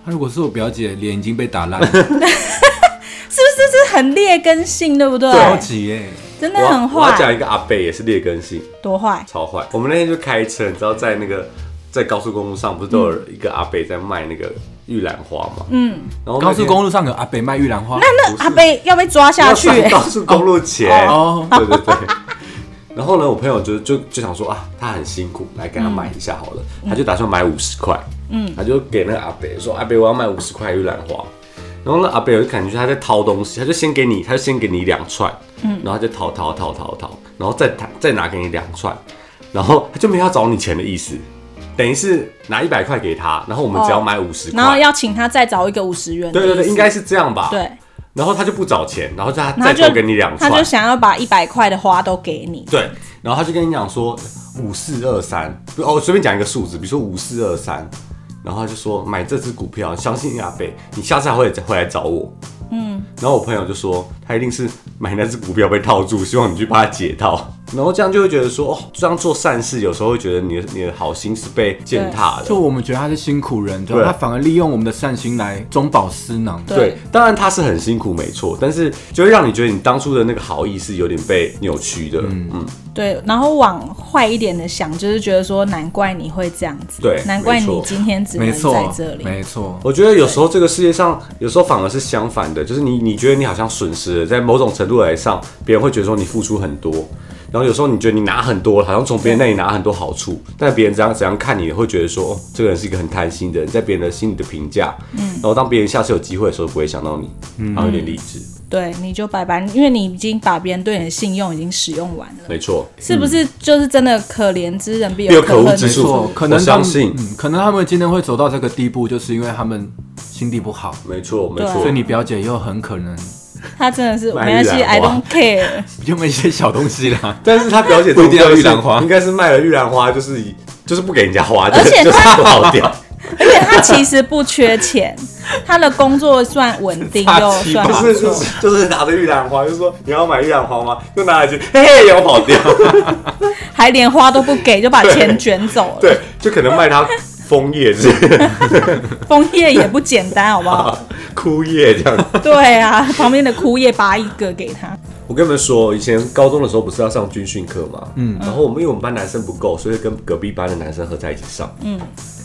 Speaker 3: 他如果是我表姐，脸已经被打烂，了，
Speaker 1: 是不是？这很劣根性，对不对？
Speaker 3: 超级耶，
Speaker 1: 真的
Speaker 2: 我要
Speaker 1: 很
Speaker 2: 我要讲
Speaker 1: 坏，
Speaker 2: 一个阿贝也是劣根性，
Speaker 1: 多坏！
Speaker 2: 超坏。我们那天就开车，你知道在那个在高速公路上，不是都有
Speaker 1: 嗯
Speaker 2: 一个阿伯在卖那个玉兰花吗？嗯，然后
Speaker 3: 高速公
Speaker 2: 路
Speaker 3: 路上有阿北卖玉兰花，
Speaker 2: 不
Speaker 1: 那
Speaker 2: 是
Speaker 1: 阿贝要被抓下去、欸
Speaker 2: 高速公路前，
Speaker 3: 哦
Speaker 2: 对对对。 然后呢，我朋友就就就想说啊，他很辛苦，来给他买一下好了，
Speaker 1: 嗯
Speaker 2: 他就打算买五十块，嗯，他就给那个阿伯说，阿伯我要买五十块玉兰花。然后呢，阿伯我就感觉他在掏东西，他就先给你，他就先给你两串，嗯，然后他就掏掏掏掏掏，然后再掏再拿给你两串，然后他就没有要找你钱的意思，等于是拿一百块给他，然后我们只要买五十
Speaker 1: 哦
Speaker 2: 块，
Speaker 1: 然后要请他再找一个五十元的
Speaker 2: 对
Speaker 1: 意思，
Speaker 2: 对对，应该是这样吧，
Speaker 1: 对，
Speaker 2: 然后他就不找钱，然后他
Speaker 1: 然后
Speaker 2: 再
Speaker 1: 就
Speaker 2: 多给你两
Speaker 1: 他
Speaker 2: 串，
Speaker 1: 就想要把一百块的花都给你，
Speaker 2: 对，然后他就跟你讲说五四二三，不哦，我随便讲一个数字，比如说五四二三，然后他就说买这只股票，相信阿贝，你下次还会回来找我。嗯，然后我朋友就说他一定是买那只股票被套住，希望你去帮他解套，然后这样就会觉得说哦，这样做善事有时候会觉得你的你的好心是被践踏的
Speaker 3: 就。我们觉得他是辛苦人，对吧
Speaker 2: 对
Speaker 3: 他反而利用我们的善心来中饱私囊，
Speaker 1: 对
Speaker 2: 对，当然他是很辛苦，没错，但是就会让你觉得你当初的那个好意是有点被扭曲的。嗯，
Speaker 1: 对，然后往坏一点的想，就是觉得说，难怪你会这样子，
Speaker 2: 对
Speaker 1: 难怪
Speaker 2: 没
Speaker 1: 你
Speaker 2: 错
Speaker 1: 今天只能
Speaker 3: 没
Speaker 1: 在
Speaker 3: 错
Speaker 1: 这，里，
Speaker 3: 没错，
Speaker 2: 我觉得有时候这个世界上，有时候反而是相反的，就是你你觉得你好像损失了，在某种程度来上，别人会觉得说你付出很多，然后有时候你觉得你拿很多，好像从别人那里拿很多好处，但别人怎样怎样看你，会觉得说、哦、这个人是一个很贪心的人，在别人的心里的评价，嗯，然后当别人下次有机会的时候，不会想到你，
Speaker 1: 嗯
Speaker 2: 然后有点励志，
Speaker 1: 对，你就拜拜，因为你已经把别人对你的信用已经使用完了，
Speaker 2: 没错，
Speaker 1: 是不是？就是真的可怜之人必
Speaker 2: 嗯必有
Speaker 1: 有
Speaker 2: 可
Speaker 1: 可
Speaker 2: 无
Speaker 1: 恨
Speaker 2: 之
Speaker 1: 之
Speaker 3: 没
Speaker 2: 处
Speaker 3: 错，可能
Speaker 2: 我
Speaker 3: 他
Speaker 2: 相
Speaker 3: 们
Speaker 2: 信
Speaker 3: 嗯，可能他们今天会走到这个地步，就是因为他们心地不好，
Speaker 2: 没错，没
Speaker 1: 对啊
Speaker 2: 错
Speaker 3: 所以，你表姐又很可能
Speaker 1: 他真的是
Speaker 2: 卖
Speaker 1: 没关
Speaker 2: 玉
Speaker 1: 系
Speaker 2: 兰
Speaker 1: ，I
Speaker 2: 花。
Speaker 1: don't care。
Speaker 3: 用了一些小东西啦
Speaker 2: 但是他表姐
Speaker 3: 不一定要
Speaker 2: 这种
Speaker 3: 玉兰花
Speaker 2: 应该是卖了玉兰花，就是以就是不给人家花，
Speaker 1: 而且
Speaker 2: 就是
Speaker 1: 他
Speaker 2: 耗掉，
Speaker 1: 而且他其实不缺钱，他的工作算稳定又算
Speaker 2: 不
Speaker 1: 好
Speaker 2: 是 就
Speaker 1: 做。
Speaker 2: 是就是拿着玉兰花，就说你要买玉兰花吗？就拿来去，嘿嘿，然后跑掉。
Speaker 1: 还连花都不给就把钱卷走了，
Speaker 2: 对，就可能卖它枫叶之类的、
Speaker 1: 枫叶也不简单，好不 好？
Speaker 2: 枯叶这样。
Speaker 1: 对啊，旁边的枯叶拔一个给他，
Speaker 2: 我跟你们说，哦以前高中的时候不是要上军训课嘛，嗯，然后我们因为我们班男生不够，所以跟隔壁班的男生合在一起上，嗯，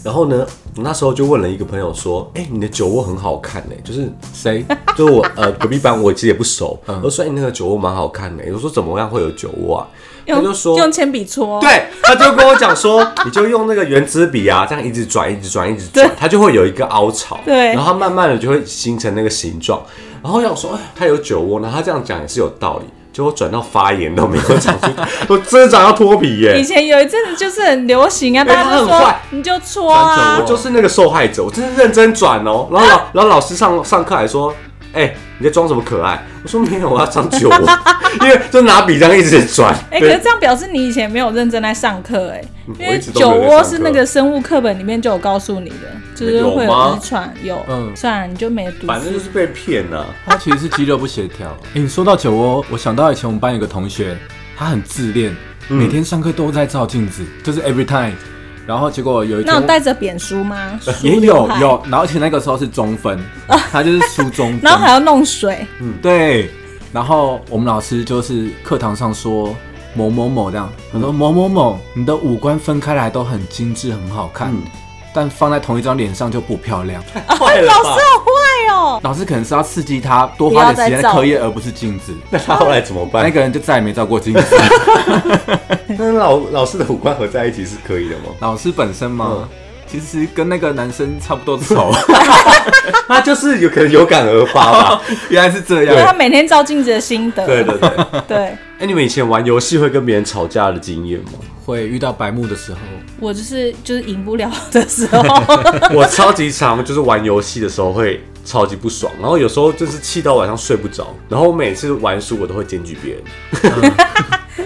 Speaker 2: 然后呢，我那时候就问了一个朋友说，哎、你的酒窝很好看呢、就是谁？就是我呃隔壁班，我其实也不熟，我说哎、你那个酒窝蛮好看的、我说怎么样会有酒窝啊？他
Speaker 1: 用
Speaker 2: 就说
Speaker 1: 用铅笔戳，
Speaker 2: 对，他就跟我讲说，你就用那个圆珠笔啊，这样一直转，一直转，一直转
Speaker 1: 对，
Speaker 2: 它就会有一个凹槽，
Speaker 1: 对
Speaker 2: 然后它慢慢的就会形成那个形状。然后我想说，哎，它有酒窝，然后他这样讲也是有道理。结果转到发炎都没有长出，我真的长到脱皮
Speaker 1: 以
Speaker 2: 耶！
Speaker 1: 前有一阵子就是很流行啊，
Speaker 2: 对
Speaker 1: 大家都
Speaker 2: 他很
Speaker 1: 说
Speaker 2: 坏
Speaker 1: 你就戳
Speaker 3: 转
Speaker 2: 我
Speaker 1: 啊
Speaker 3: 走，
Speaker 2: 就是那个受害者，我真的认真转哦。然后老，然后老师上上课还说，哎、你在装什么可爱？我说没有，我要长酒窝， 因为就拿笔这样一直转。
Speaker 1: 哎、可
Speaker 2: 对嗯
Speaker 1: 是这样表示你以前没有认真来上课哎、因
Speaker 2: 我
Speaker 1: 为
Speaker 2: 一直都没有
Speaker 1: 酒
Speaker 2: 在
Speaker 1: 窝
Speaker 2: 上
Speaker 1: 是
Speaker 2: 课
Speaker 1: 那个生物课本里面就有告诉你的，就是
Speaker 2: 有
Speaker 1: 会
Speaker 2: 吗
Speaker 1: 有遗传有，
Speaker 3: 嗯
Speaker 1: 算了，你就没读
Speaker 2: 反正就是被骗啊了、
Speaker 3: 他其实是肌肉不协 调。哎、你说到酒窝，我想到以前我们班有个同学，他很自恋，每天上课都在照镜子，就是 every time。然后结果有一
Speaker 1: 那
Speaker 3: 天
Speaker 1: 有带着扁书吗？
Speaker 3: 也
Speaker 1: 梳
Speaker 3: 有
Speaker 1: 刘海，
Speaker 3: 有，然后而且那个时候是 中分，他就是输中分，
Speaker 1: 然后还要弄水，
Speaker 3: 对，然后我们老师就是课堂上说某某某这样，他说某某某，你的五官分开来都很精致，很好看，但放在同一张脸上就不 漂亮。
Speaker 2: 坏了
Speaker 1: 老师
Speaker 2: 吧？
Speaker 1: 好坏哦。
Speaker 3: 老师可能是要刺激他多花点时间在课业，而不是镜子。
Speaker 2: 那他后来怎么办
Speaker 3: 那？个人就再也没照过镜子。
Speaker 2: 跟老老师的五官合在一起是可以的吗？
Speaker 3: 老师本身
Speaker 1: 嗯
Speaker 3: 嘛，其实跟那个男生差不多 丑，
Speaker 2: 他就是有可能有感而发吧。
Speaker 3: 原来是这
Speaker 1: 因为他
Speaker 3: 样。
Speaker 1: 每天照镜子的心得，
Speaker 2: 对对对。
Speaker 1: 对
Speaker 2: 哎、你们以前玩游戏会跟别人吵架的经验吗？
Speaker 3: 会遇到白目的时候，
Speaker 1: 我就是就是赢不了的时候，
Speaker 2: 我超级常就是玩游戏的时候会超级不爽，然后有时候就是气到晚上睡不着，然后我每次玩输我都会检举别人，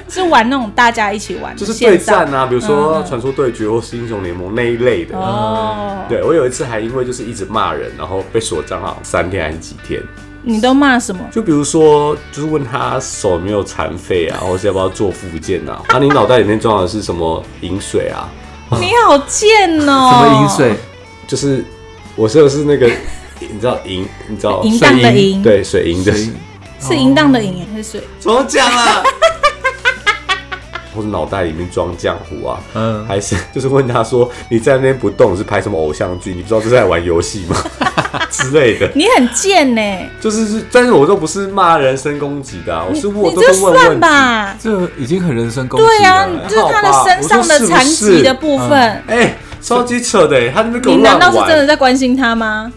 Speaker 1: 是玩那种大家一起玩的，
Speaker 2: 就是对
Speaker 1: 线上
Speaker 2: 战啊，比如说传说对决或是英雄联盟那一类的。
Speaker 1: 哦，
Speaker 2: 对，我有一次还因为就是一直骂人，然后被锁账号三天还是几天。
Speaker 1: 你都骂什 么？
Speaker 2: 就比如说，就是问他手有没有残废啊，或是要不要做复健啊？啊，你脑袋里面装的是什么饮水啊？
Speaker 1: 你好贱哦！
Speaker 3: 什么饮水？
Speaker 2: 就是我说的是 那个，你知道银，你知道
Speaker 1: 淫荡的
Speaker 2: 水
Speaker 1: 淫
Speaker 2: 对，水银的水，
Speaker 1: 是淫荡的淫还是水？
Speaker 2: 怎么讲 啊？或者脑袋里面装浆糊啊，
Speaker 3: 嗯
Speaker 2: 还是就是问他说你在那边不动是拍什么偶像剧？你不知道这是在玩游戏吗？ 之类的，
Speaker 1: 你很贱呢、
Speaker 2: 就是是，但是我都不是骂人身攻击的、啊，我
Speaker 1: 你
Speaker 2: 是我
Speaker 1: 你
Speaker 2: 都
Speaker 1: 这
Speaker 2: 是问问
Speaker 1: 算
Speaker 2: 题。
Speaker 1: 吧？
Speaker 3: 这已经很人身攻击了。
Speaker 1: 对啊，你就是他的身上的残疾的部分。
Speaker 2: 哎、超级扯的，欸他那边给我
Speaker 1: 你
Speaker 2: 乱
Speaker 1: 难道是真的
Speaker 2: 玩，
Speaker 1: 在关心他吗？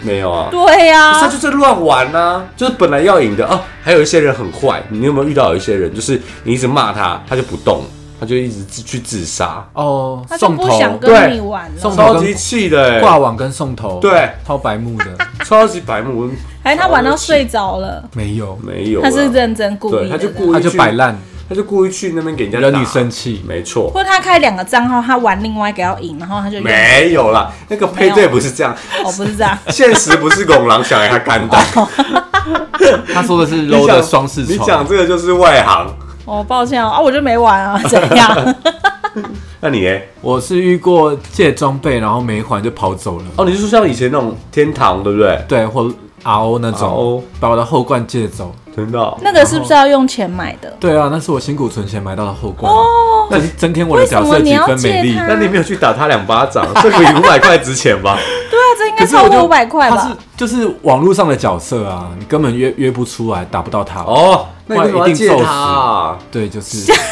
Speaker 2: 没有啊？
Speaker 1: 对呀、
Speaker 2: 他就是乱玩啊，就是本来要赢的啊。还有一些人很坏，你有没有遇到有一些人，就是你一直骂他，他就不动，他就一直自去自杀，
Speaker 3: 哦，
Speaker 1: 他就
Speaker 3: 送
Speaker 1: 不
Speaker 3: 头
Speaker 1: 想
Speaker 2: 对
Speaker 1: 跟你玩
Speaker 3: 送
Speaker 1: 了，
Speaker 3: 头
Speaker 2: 超
Speaker 3: 跟
Speaker 2: 级气的，
Speaker 3: 挂网跟送头，
Speaker 2: 对
Speaker 3: 超白目 的，
Speaker 2: 超级白目，
Speaker 1: 还哎是他玩到睡着了？
Speaker 3: 没有，
Speaker 2: 没有啦，
Speaker 1: 他是认真故意
Speaker 2: 对，
Speaker 1: 的，
Speaker 2: 他就故意
Speaker 3: 啊他就
Speaker 2: 去
Speaker 3: 摆，烂，
Speaker 2: 他就故意去那边给人家
Speaker 3: 惹
Speaker 2: 打
Speaker 3: 你生，气。
Speaker 2: 没错。
Speaker 1: 或者他开两个账号，他玩另外一个要赢，然后他就用
Speaker 2: 没有啦，那个配对不是这样，
Speaker 1: 哦，不是这样，
Speaker 2: 现实不是拱狼小孩他干的。
Speaker 1: 哦
Speaker 3: 他说的是
Speaker 2: 你
Speaker 3: low
Speaker 2: 讲
Speaker 3: 的双视
Speaker 2: 你讲
Speaker 3: 窗，
Speaker 2: 这个就是外行，
Speaker 1: 哦，抱歉哦，啊，我就没玩啊， 怎样？
Speaker 2: 那你呢？
Speaker 3: 我是遇过借装备然后没还就跑走了，
Speaker 2: 哦，你是说像以前那种天堂，对不对？
Speaker 3: 对，或 RO 那
Speaker 2: RO
Speaker 3: 种，把我的后冠借走。
Speaker 2: 真的哦、
Speaker 1: 那个是不是要用钱买的？
Speaker 3: 对啊，那是我辛苦存钱买到的后冠，那增添我的角色几分美
Speaker 1: 哦为什么你
Speaker 3: 丽
Speaker 1: 要借。他
Speaker 2: 那你没有去打他两巴掌，这个五百块值钱吧？
Speaker 1: 对啊，这应该
Speaker 3: 可是
Speaker 1: 超
Speaker 3: 我
Speaker 1: 过
Speaker 3: 就
Speaker 1: 五百块
Speaker 3: 他
Speaker 1: 吧
Speaker 3: 是？就是网络上的角色啊，你根本约约不出来，打不到他。哦，
Speaker 2: 哦，那你
Speaker 3: 那
Speaker 2: 为
Speaker 3: 你
Speaker 2: 什
Speaker 3: 干
Speaker 2: 么要借他、
Speaker 3: 嘛要借他啊对，就是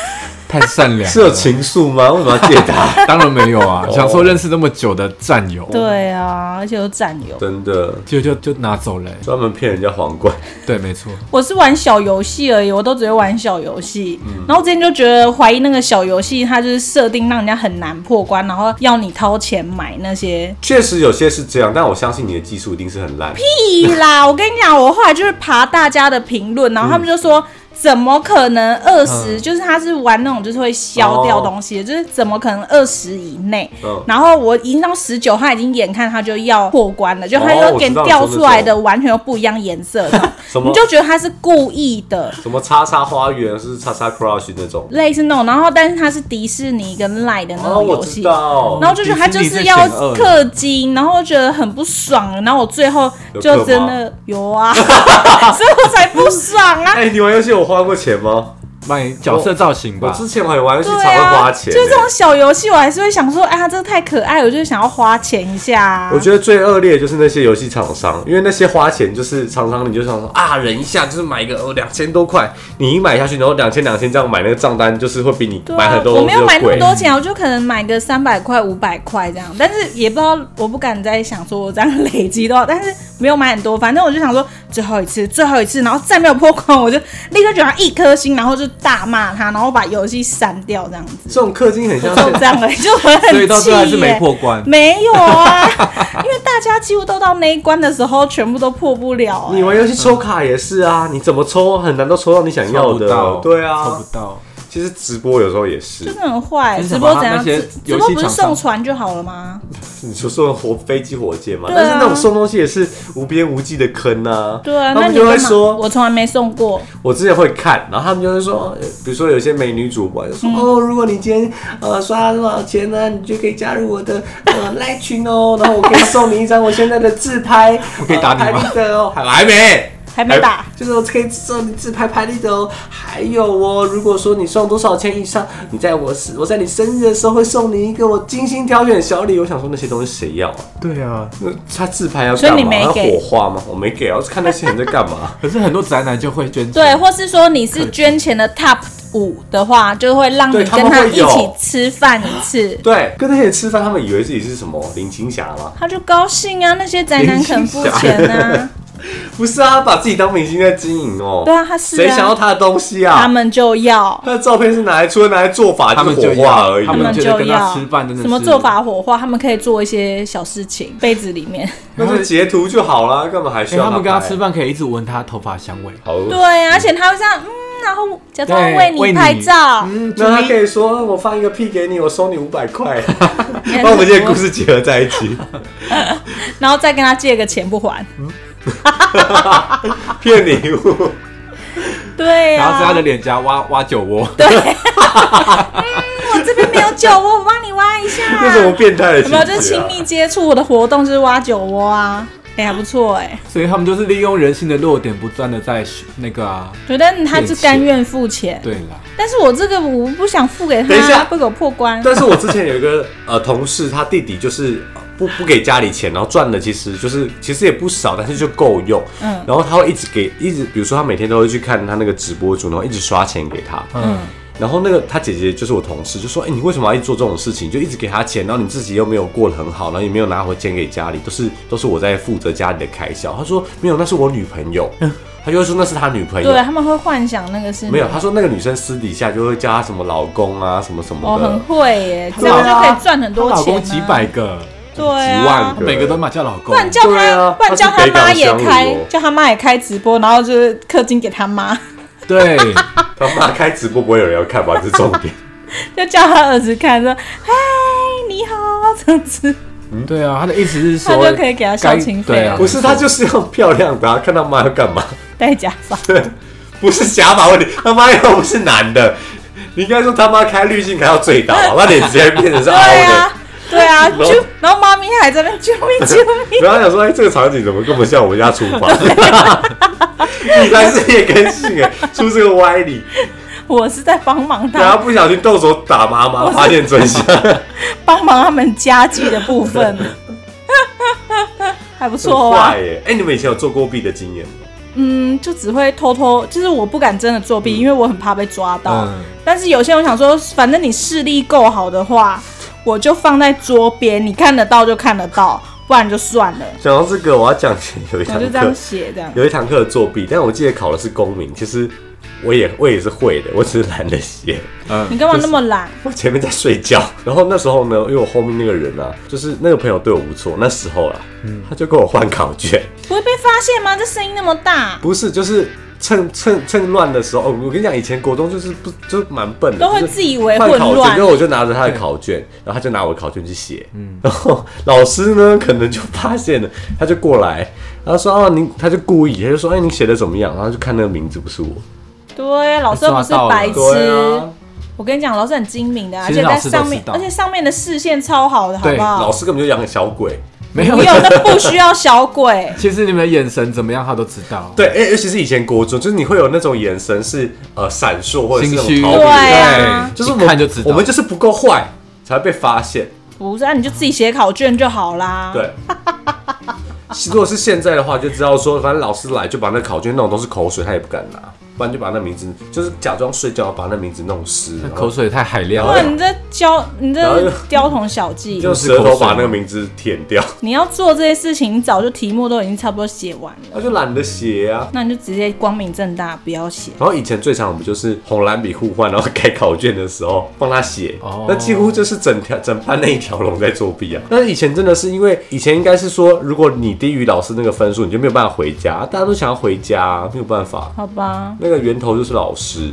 Speaker 3: 太善良了，
Speaker 2: 是有情愫吗？为什么要借 他？
Speaker 3: 当然没有
Speaker 5: 哦
Speaker 3: 啊，想说认识那么久的战友，
Speaker 1: 对啊，而且有占有。
Speaker 2: 真的
Speaker 3: 就就就拿走了欸、
Speaker 2: 专门骗人家皇冠，
Speaker 3: 对，没错，
Speaker 1: 我是玩小游戏而已，我都只会玩小游戏。
Speaker 3: 嗯
Speaker 1: 然后我之前就觉得怀疑那个小游戏，它就是设定让人家很难破关，然后要你掏钱买那些。
Speaker 2: 确实有些是这样，但我相信你的技术一定是很烂。 嗯
Speaker 1: 屁啦！我跟你讲，我后来就是爬大家的评论，然后他们就说。怎么可能二十、就是他是玩那种就是会消掉东西的，就是怎么可能二十以内？
Speaker 2: 哦嗯
Speaker 1: 然后我已经到十九，他已经眼看他就要过关了，就他
Speaker 2: 哦
Speaker 1: 就给
Speaker 2: 我知道
Speaker 1: 掉出来
Speaker 2: 我知道
Speaker 1: 的完全又不一样颜色的
Speaker 2: 什么
Speaker 1: 你就觉得他是故意的。
Speaker 2: 什么叉叉花园，是叉叉 crush 那种。
Speaker 1: 类似那种，然后但是它是迪士尼跟赖的那
Speaker 2: 哦，
Speaker 1: 种
Speaker 2: 我
Speaker 1: 游
Speaker 2: 知
Speaker 1: 戏，
Speaker 2: 道。
Speaker 1: 然后就觉得他就是要氪金，然后觉得很不爽，然后我最后就真的有啊， 所以我才不爽啊。
Speaker 2: 哎、你玩游戏有花过钱吗？
Speaker 5: 卖角色造型
Speaker 2: 我
Speaker 5: 吧。
Speaker 2: 之前玩玩游戏
Speaker 1: 对
Speaker 2: 常会
Speaker 1: 啊，
Speaker 2: 花钱、欸
Speaker 1: 就这种小游戏，我还是会想说，哎呀，这个太可爱，我就想要花钱一下啊。
Speaker 2: 我觉得最恶劣的就是那些游戏厂商，因为那些花钱就是常常你就想说啊，忍一下就是买一个哦两千多块，你一买下去，然后两千两千这样买那个账单，就是会比你
Speaker 1: 对
Speaker 2: 买
Speaker 1: 啊
Speaker 2: 很，多
Speaker 1: 我
Speaker 2: 东
Speaker 1: 没
Speaker 2: 西
Speaker 1: 有
Speaker 2: 都
Speaker 1: 买那么
Speaker 2: 贵。
Speaker 1: 多钱，我就可能买个三百块、五百块这样，但是也不知道，我不敢再想说我这样 累积多少，但是没有买很多，反正我就想说最后一次，最后一次，然后再没有破关，我就立刻给他一颗星，然后就大骂他，然后把游戏删掉这样子，
Speaker 2: 这种氪金很像
Speaker 1: 就是这样而已，就很
Speaker 5: 所以到
Speaker 1: 气
Speaker 5: 最后还是没
Speaker 1: 耶。
Speaker 5: 破关。
Speaker 1: 没有啊， 因为大家几乎都到那一关的时候，全部都破不了、
Speaker 2: 你
Speaker 1: 哎
Speaker 2: 玩游戏抽卡也是啊，你怎么抽很难都抽到你想要
Speaker 3: 抽不
Speaker 2: 的
Speaker 3: 到，。
Speaker 2: 对
Speaker 3: 抽不
Speaker 2: 啊，
Speaker 3: 到。
Speaker 2: 其实直播有时候也是
Speaker 1: 真，的很坏、
Speaker 5: 就是
Speaker 1: 直播
Speaker 5: 把
Speaker 1: 怎
Speaker 5: 他那
Speaker 1: 样？
Speaker 5: 些
Speaker 1: 直直
Speaker 5: 游
Speaker 1: 播
Speaker 5: 戏
Speaker 1: 不是
Speaker 5: 厂商
Speaker 1: 送船就好了吗？
Speaker 2: 你说送火飞机火箭嘛，
Speaker 1: 对啊
Speaker 2: 但是那种送东西也是无边无际的坑啊。
Speaker 1: 对啊，那
Speaker 2: 他们
Speaker 1: 你
Speaker 2: 就会
Speaker 1: 干嘛
Speaker 2: 说
Speaker 1: 我从来没送过。
Speaker 2: 我之前会看，然后他们就会说，呃比如说有些美女主播就
Speaker 1: 嗯
Speaker 2: 说，哦，如果你今天呃刷多少钱呢、你就可以加入我的呃赖群哦，然后我可以送你一张我现在的 自拍，我
Speaker 5: 可以打你吗
Speaker 2: 的哦，还还没。
Speaker 1: 还没打，
Speaker 2: 就是我可以送你自拍拍立得哦。还有哦，如果说你送多少钱以上，你在我我在你生日的时候会送你一个我精心挑选的小礼。我想说那些东西谁要啊？
Speaker 5: 对啊，
Speaker 2: 那他自拍要
Speaker 1: 所以
Speaker 2: 干
Speaker 1: 你
Speaker 2: 嘛？
Speaker 1: 没
Speaker 2: 要
Speaker 1: 给
Speaker 2: 火化吗？我没给啊，我是看那些人在干嘛。
Speaker 5: 可是很多宅男就会捐钱。
Speaker 1: 对，或是说你是捐钱的 top 五的话，就会让你
Speaker 2: 对他
Speaker 1: 跟
Speaker 2: 们
Speaker 1: 他
Speaker 2: 会
Speaker 1: 一起
Speaker 2: 有
Speaker 1: 吃饭一次，
Speaker 2: 对，跟那些人吃饭，他们以为自己是什么林青霞吗？
Speaker 1: 他就高兴啊。那些宅男肯付
Speaker 2: 明星
Speaker 1: 钱 啊，
Speaker 2: 不是啊，他把自己当明星在经营哦。
Speaker 1: 对啊他是啊
Speaker 2: 谁想要他的东西
Speaker 1: 他
Speaker 2: 啊？
Speaker 1: 们就要，
Speaker 2: 他的照片是拿来除了拿来做法，
Speaker 5: 他们
Speaker 2: 就是
Speaker 5: 就
Speaker 2: 火化而已
Speaker 5: 他
Speaker 2: 啊。
Speaker 5: 们觉得
Speaker 1: 就
Speaker 5: 跟他
Speaker 1: 要
Speaker 5: 吃饭真的
Speaker 1: 什么
Speaker 5: 是
Speaker 1: 做法火化，他们可以做一些小事情，杯子里 面。
Speaker 2: 那就截图就好啦，干嘛还需
Speaker 5: 哎，
Speaker 2: 要
Speaker 5: 他们跟他吃
Speaker 2: 拍？
Speaker 5: 饭可以一直闻他头发香味。
Speaker 2: 好，
Speaker 1: 对啊，而且他会这样，嗯，然后假装
Speaker 5: 对
Speaker 1: 为
Speaker 5: 为
Speaker 1: 你
Speaker 5: 你
Speaker 1: 拍照，
Speaker 5: 嗯，
Speaker 2: 那他
Speaker 5: 注
Speaker 2: 可
Speaker 5: 意
Speaker 2: 以说我放一个屁给你，我收你五百
Speaker 1: 哎
Speaker 2: 块，
Speaker 1: 你
Speaker 2: 把我们这些
Speaker 1: 很
Speaker 2: 故事结合在一起，
Speaker 1: 多，然后再跟他借个钱不还。
Speaker 5: 嗯
Speaker 2: 骗礼
Speaker 1: 啊
Speaker 2: 物。
Speaker 1: 对
Speaker 5: 然后在他
Speaker 1: 啊
Speaker 5: 的，脸颊挖挖酒窝。
Speaker 1: 我这边没有酒窝，我帮你挖一下。
Speaker 2: 这什么变态
Speaker 1: 有
Speaker 2: 的情
Speaker 1: 没有
Speaker 2: 节啊？
Speaker 1: 就是亲密接触的活动，就是挖酒窝啊，哎、还不错哎、
Speaker 5: 所以他们就是利用人性的弱点，不断的在那个啊，
Speaker 1: 觉得他是甘愿付钱，
Speaker 5: 对啦，
Speaker 1: 但是我这个我不想付给他，
Speaker 2: 等一下
Speaker 1: 他不给我破 关。
Speaker 2: 但是我之前有一个呃同事，他弟弟就是呃不不给家里钱，然后赚的其实就是其实也不少，但是就够用。
Speaker 1: 嗯
Speaker 2: 然后他会一直给，一直比如说他每天都会去看他那个直播主，然后一直刷钱给他。
Speaker 5: 嗯，
Speaker 2: 然后那个他姐姐就是我同事，就说：“哎、你为什么要一直做这种事情？就一直给他钱，然后你自己又没有过得很好，然后也没有拿回钱给家里，都是都是我在负责家里的开销。”他说：“没有，那是我女朋友。他就会说：“那是他女朋友。
Speaker 1: 对他啊们会幻想那个是
Speaker 2: 没有，他说那个女生私底下就会叫他什么老公啊，什么什
Speaker 1: 哦，
Speaker 2: 么的。
Speaker 1: 很会耶，这
Speaker 5: 对啊
Speaker 1: 样就可以赚很多钱、啊。
Speaker 5: 她老公几百，个，
Speaker 1: 对
Speaker 2: 几万
Speaker 1: 啊
Speaker 2: 个。
Speaker 5: 她每个都嘛叫老
Speaker 1: 不
Speaker 5: 公。
Speaker 1: 然叫他，
Speaker 2: 对啊
Speaker 1: 不然叫
Speaker 2: 他
Speaker 1: 他
Speaker 2: 是北港
Speaker 1: 妈也
Speaker 2: 香炉
Speaker 1: 开
Speaker 2: 哦，
Speaker 1: 叫他妈也开直播，然后就是氪金给他妈，
Speaker 5: 对，
Speaker 2: 他妈开直播不会有人要看吧？这是重点。
Speaker 1: 就叫他儿子看，说：“嗨，你好，这样子。
Speaker 3: 嗯
Speaker 5: 对啊，他的意思是说，
Speaker 1: 他就可以给她孝亲 费啊
Speaker 5: 该对啊，
Speaker 2: 不是，他就是要漂亮的、啊，看他妈要干嘛？”
Speaker 1: 戴假发，
Speaker 2: 对，不是假发问题，他妈又不是男的，你应该说他妈开滤镜开到最大吧，把脸直接变成是
Speaker 1: 对
Speaker 2: 凹 的
Speaker 1: 啊。，对啊，
Speaker 2: 然后
Speaker 1: 就然后妈咪还在那边救命救命。
Speaker 2: 然后想说，哎、这个场景怎么根本像我们家厨房？你才是劣根性哎，出这个歪 理，
Speaker 1: 我是在帮忙
Speaker 2: 然
Speaker 1: 他，
Speaker 2: 后不小心动手打妈妈，发现真相。
Speaker 1: 帮忙他们家计的部分， 还不 错
Speaker 2: 很
Speaker 1: 啊
Speaker 2: 坏。耶！哎、你们以前有做过弊的经验吗？
Speaker 1: 嗯，就只会偷偷，就是我不敢真的作弊，
Speaker 3: 嗯
Speaker 1: 因为我很怕被抓到。
Speaker 5: 嗯
Speaker 1: 但是有些人想说，反正你视力够好的话，我就放在桌边，你看得到就看得到，不然就算了。
Speaker 2: 讲到这个，我要讲以前有一
Speaker 1: 我
Speaker 2: 堂
Speaker 1: 就这
Speaker 2: 课
Speaker 1: 样，写这样。
Speaker 2: 有一堂课作弊，但我记得考的是公民，其实我也我也是会的，我只是懒得写。
Speaker 3: 呃
Speaker 1: 你干嘛那么懒？
Speaker 2: 我前面在睡觉，然后那时候呢，因为我后面那个人啊，就是那个朋友对我不错，那啊时候啦，他就跟我换考卷，
Speaker 1: 不会被发现吗？这声音那么大，
Speaker 2: 不是，就是趁趁趁乱的时候，哦，我跟你讲，以前国中就是不就是蛮笨的，
Speaker 1: 都会
Speaker 2: 就是
Speaker 1: 自以为
Speaker 2: 换
Speaker 1: 混
Speaker 2: 考卷，
Speaker 1: 乱
Speaker 2: 然后我就拿着他的考卷，然后他就拿我的考卷去写，然后 老师呢可能就发现了，他就过来，然后说哦你，他就故意，他就说哎你写的怎么样？然后就看那个名字不是我，
Speaker 1: 对，啊老师又不是白痴。我跟你讲，老师很精明的啊，而
Speaker 3: 啊其实
Speaker 1: 且在
Speaker 3: 老师都
Speaker 1: 上面
Speaker 3: 知，道
Speaker 1: 而且上面的视线超好的，好
Speaker 3: 对
Speaker 1: 不好
Speaker 2: 老？师根本就养小鬼，
Speaker 3: 没有。
Speaker 1: 不。用，那不需要小鬼
Speaker 3: 其实你们的眼神怎么样，他都知道。
Speaker 2: 对，哎，尤其是以前国中，就是你会有那种眼神是呃闪烁或者是那
Speaker 3: 心
Speaker 2: 种
Speaker 3: 虚
Speaker 2: 逃避
Speaker 1: 对
Speaker 2: 的，
Speaker 1: 啊，
Speaker 2: 就是我
Speaker 3: 一看
Speaker 2: 们
Speaker 3: 就知道
Speaker 2: 我们就是不够坏才会被发现，
Speaker 1: 不是啊，你就自己写考卷就好啦。，
Speaker 2: 对。 如果是现在的话，就知道说，反正老师来就把那考卷弄得都是口水，他也不敢拿，不然就把那名字就是假装睡觉，把那名字弄湿，然后
Speaker 3: 口水太海量
Speaker 1: 不
Speaker 3: 了，
Speaker 1: 然你这教你
Speaker 2: 然后
Speaker 1: 这
Speaker 2: 就是
Speaker 1: 雕虫小技。
Speaker 2: 用舌头把那个名字舔掉，
Speaker 1: 你要做这些事情，你早就题目都已经差不多写完了，
Speaker 2: 他就懒得写啊。
Speaker 1: 那你就直接光明正大不要写。
Speaker 2: 然后以前最常我们就是红蓝笔互换，然后改考卷的时候帮他写，那几乎就是整条整班那一条龙在作弊啊。但是以前真的是因为以前应该是说，如果你低于老师那个分数，你就没有办法回家，大家都想要回家啊、没有办法。
Speaker 1: 好吧，
Speaker 2: 那个源头就是老师，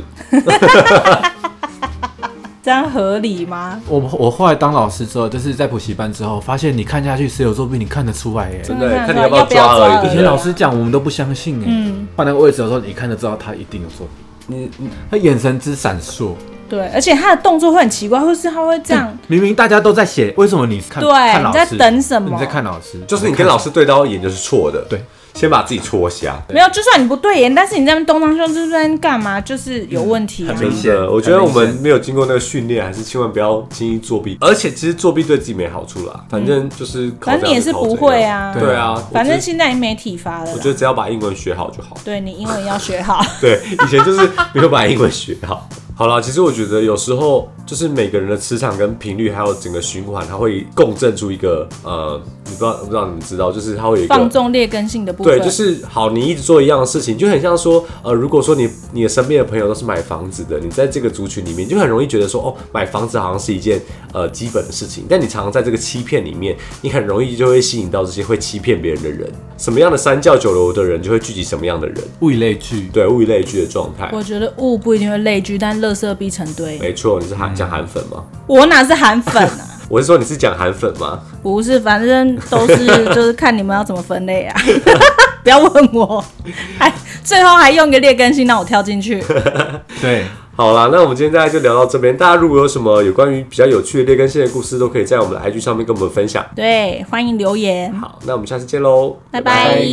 Speaker 1: 这样合理吗？
Speaker 3: 我我后来当老师之后，就是在补习班之后，发现你看下去谁有作弊，你看得出来耶。
Speaker 2: 真
Speaker 1: 真
Speaker 2: 的
Speaker 1: 的
Speaker 2: 看你
Speaker 1: 要
Speaker 2: 要不要
Speaker 1: 不要
Speaker 2: 抓
Speaker 1: 抓
Speaker 2: 而已。
Speaker 1: 而已
Speaker 2: 对
Speaker 3: 以
Speaker 2: 不
Speaker 3: 前
Speaker 2: 对
Speaker 3: 老师讲，我们都不相信哎。
Speaker 1: 嗯
Speaker 3: 换那个位置的时候，你看得知道他一定有作弊，
Speaker 2: 你你
Speaker 3: 他眼神之闪烁。
Speaker 1: 对，而且他的动作会很奇怪，或是他会这样，
Speaker 3: 明明大家都在写，为什么你看
Speaker 1: 对
Speaker 3: 看老师
Speaker 1: 你在等什么
Speaker 3: 你在看老师，
Speaker 2: 就是你跟老师对到眼就是错 的，
Speaker 3: 对，
Speaker 2: 先把自己戳瞎。
Speaker 1: 没有，就算你不对眼，但是你在那边东张西望，就是在那边干嘛，就是有问题啊。
Speaker 3: 嗯很明显
Speaker 2: 真的我觉得
Speaker 3: 很
Speaker 2: 我
Speaker 3: 明
Speaker 2: 们
Speaker 3: 显
Speaker 2: 没有经过那个训练，还是千万不要轻易作弊。而且其实作弊对自己没好处啦，反正就是考
Speaker 1: 反正你也
Speaker 2: 这
Speaker 1: 是
Speaker 2: 样子
Speaker 1: 不
Speaker 2: 考这
Speaker 1: 会
Speaker 2: 样
Speaker 1: 啊，
Speaker 3: 对
Speaker 2: 对啊，
Speaker 1: 反正
Speaker 2: 我觉得
Speaker 1: 现在已经没体罚了
Speaker 2: 我觉得
Speaker 1: 啦。
Speaker 2: 只要把英文学好就好。
Speaker 1: 对你英文要学 好，
Speaker 2: 对，以前就是没有把英文学好。 好了，其实我觉得有时候就是每个人的磁场跟频率，还有整个循环，它会共振出一个呃，你不知道，我不知道你们知道，就是它会有一个
Speaker 1: 放纵劣根性的部分。
Speaker 2: 对，就是好，你一直做一样的事情，就很像说，呃，如果说你你的身边的朋友都是买房子的，你在这个族群里面，就很容易觉得说，哦，买房子好像是一件呃基本的事情，但你常常在这个欺骗里面，你很容易就会吸引到这些会欺骗别人的人，什么样的三教九流的人就会聚集什么样的人，
Speaker 3: 物以类聚，
Speaker 2: 对，物以类聚的状态。
Speaker 1: 我觉得物不一定会累聚，但垃圾必成堆。
Speaker 2: 没错，你是韩讲韩粉吗？
Speaker 1: 我哪是韩粉啊？
Speaker 2: 我是说你是讲韩粉吗？
Speaker 1: 不是，反正都是就是看你们要怎么分类啊。 不要问我，还最后还用个劣根性让我跳进去。
Speaker 3: 对，
Speaker 2: 好啦，那我们今天大家就聊到这边。大家如果有什么有关于比较有趣的劣根性的故事，都可以在我们的 IG 上面跟我们分享。
Speaker 1: 对，欢迎留言，
Speaker 2: 好，那我们下次见喽，
Speaker 1: 拜拜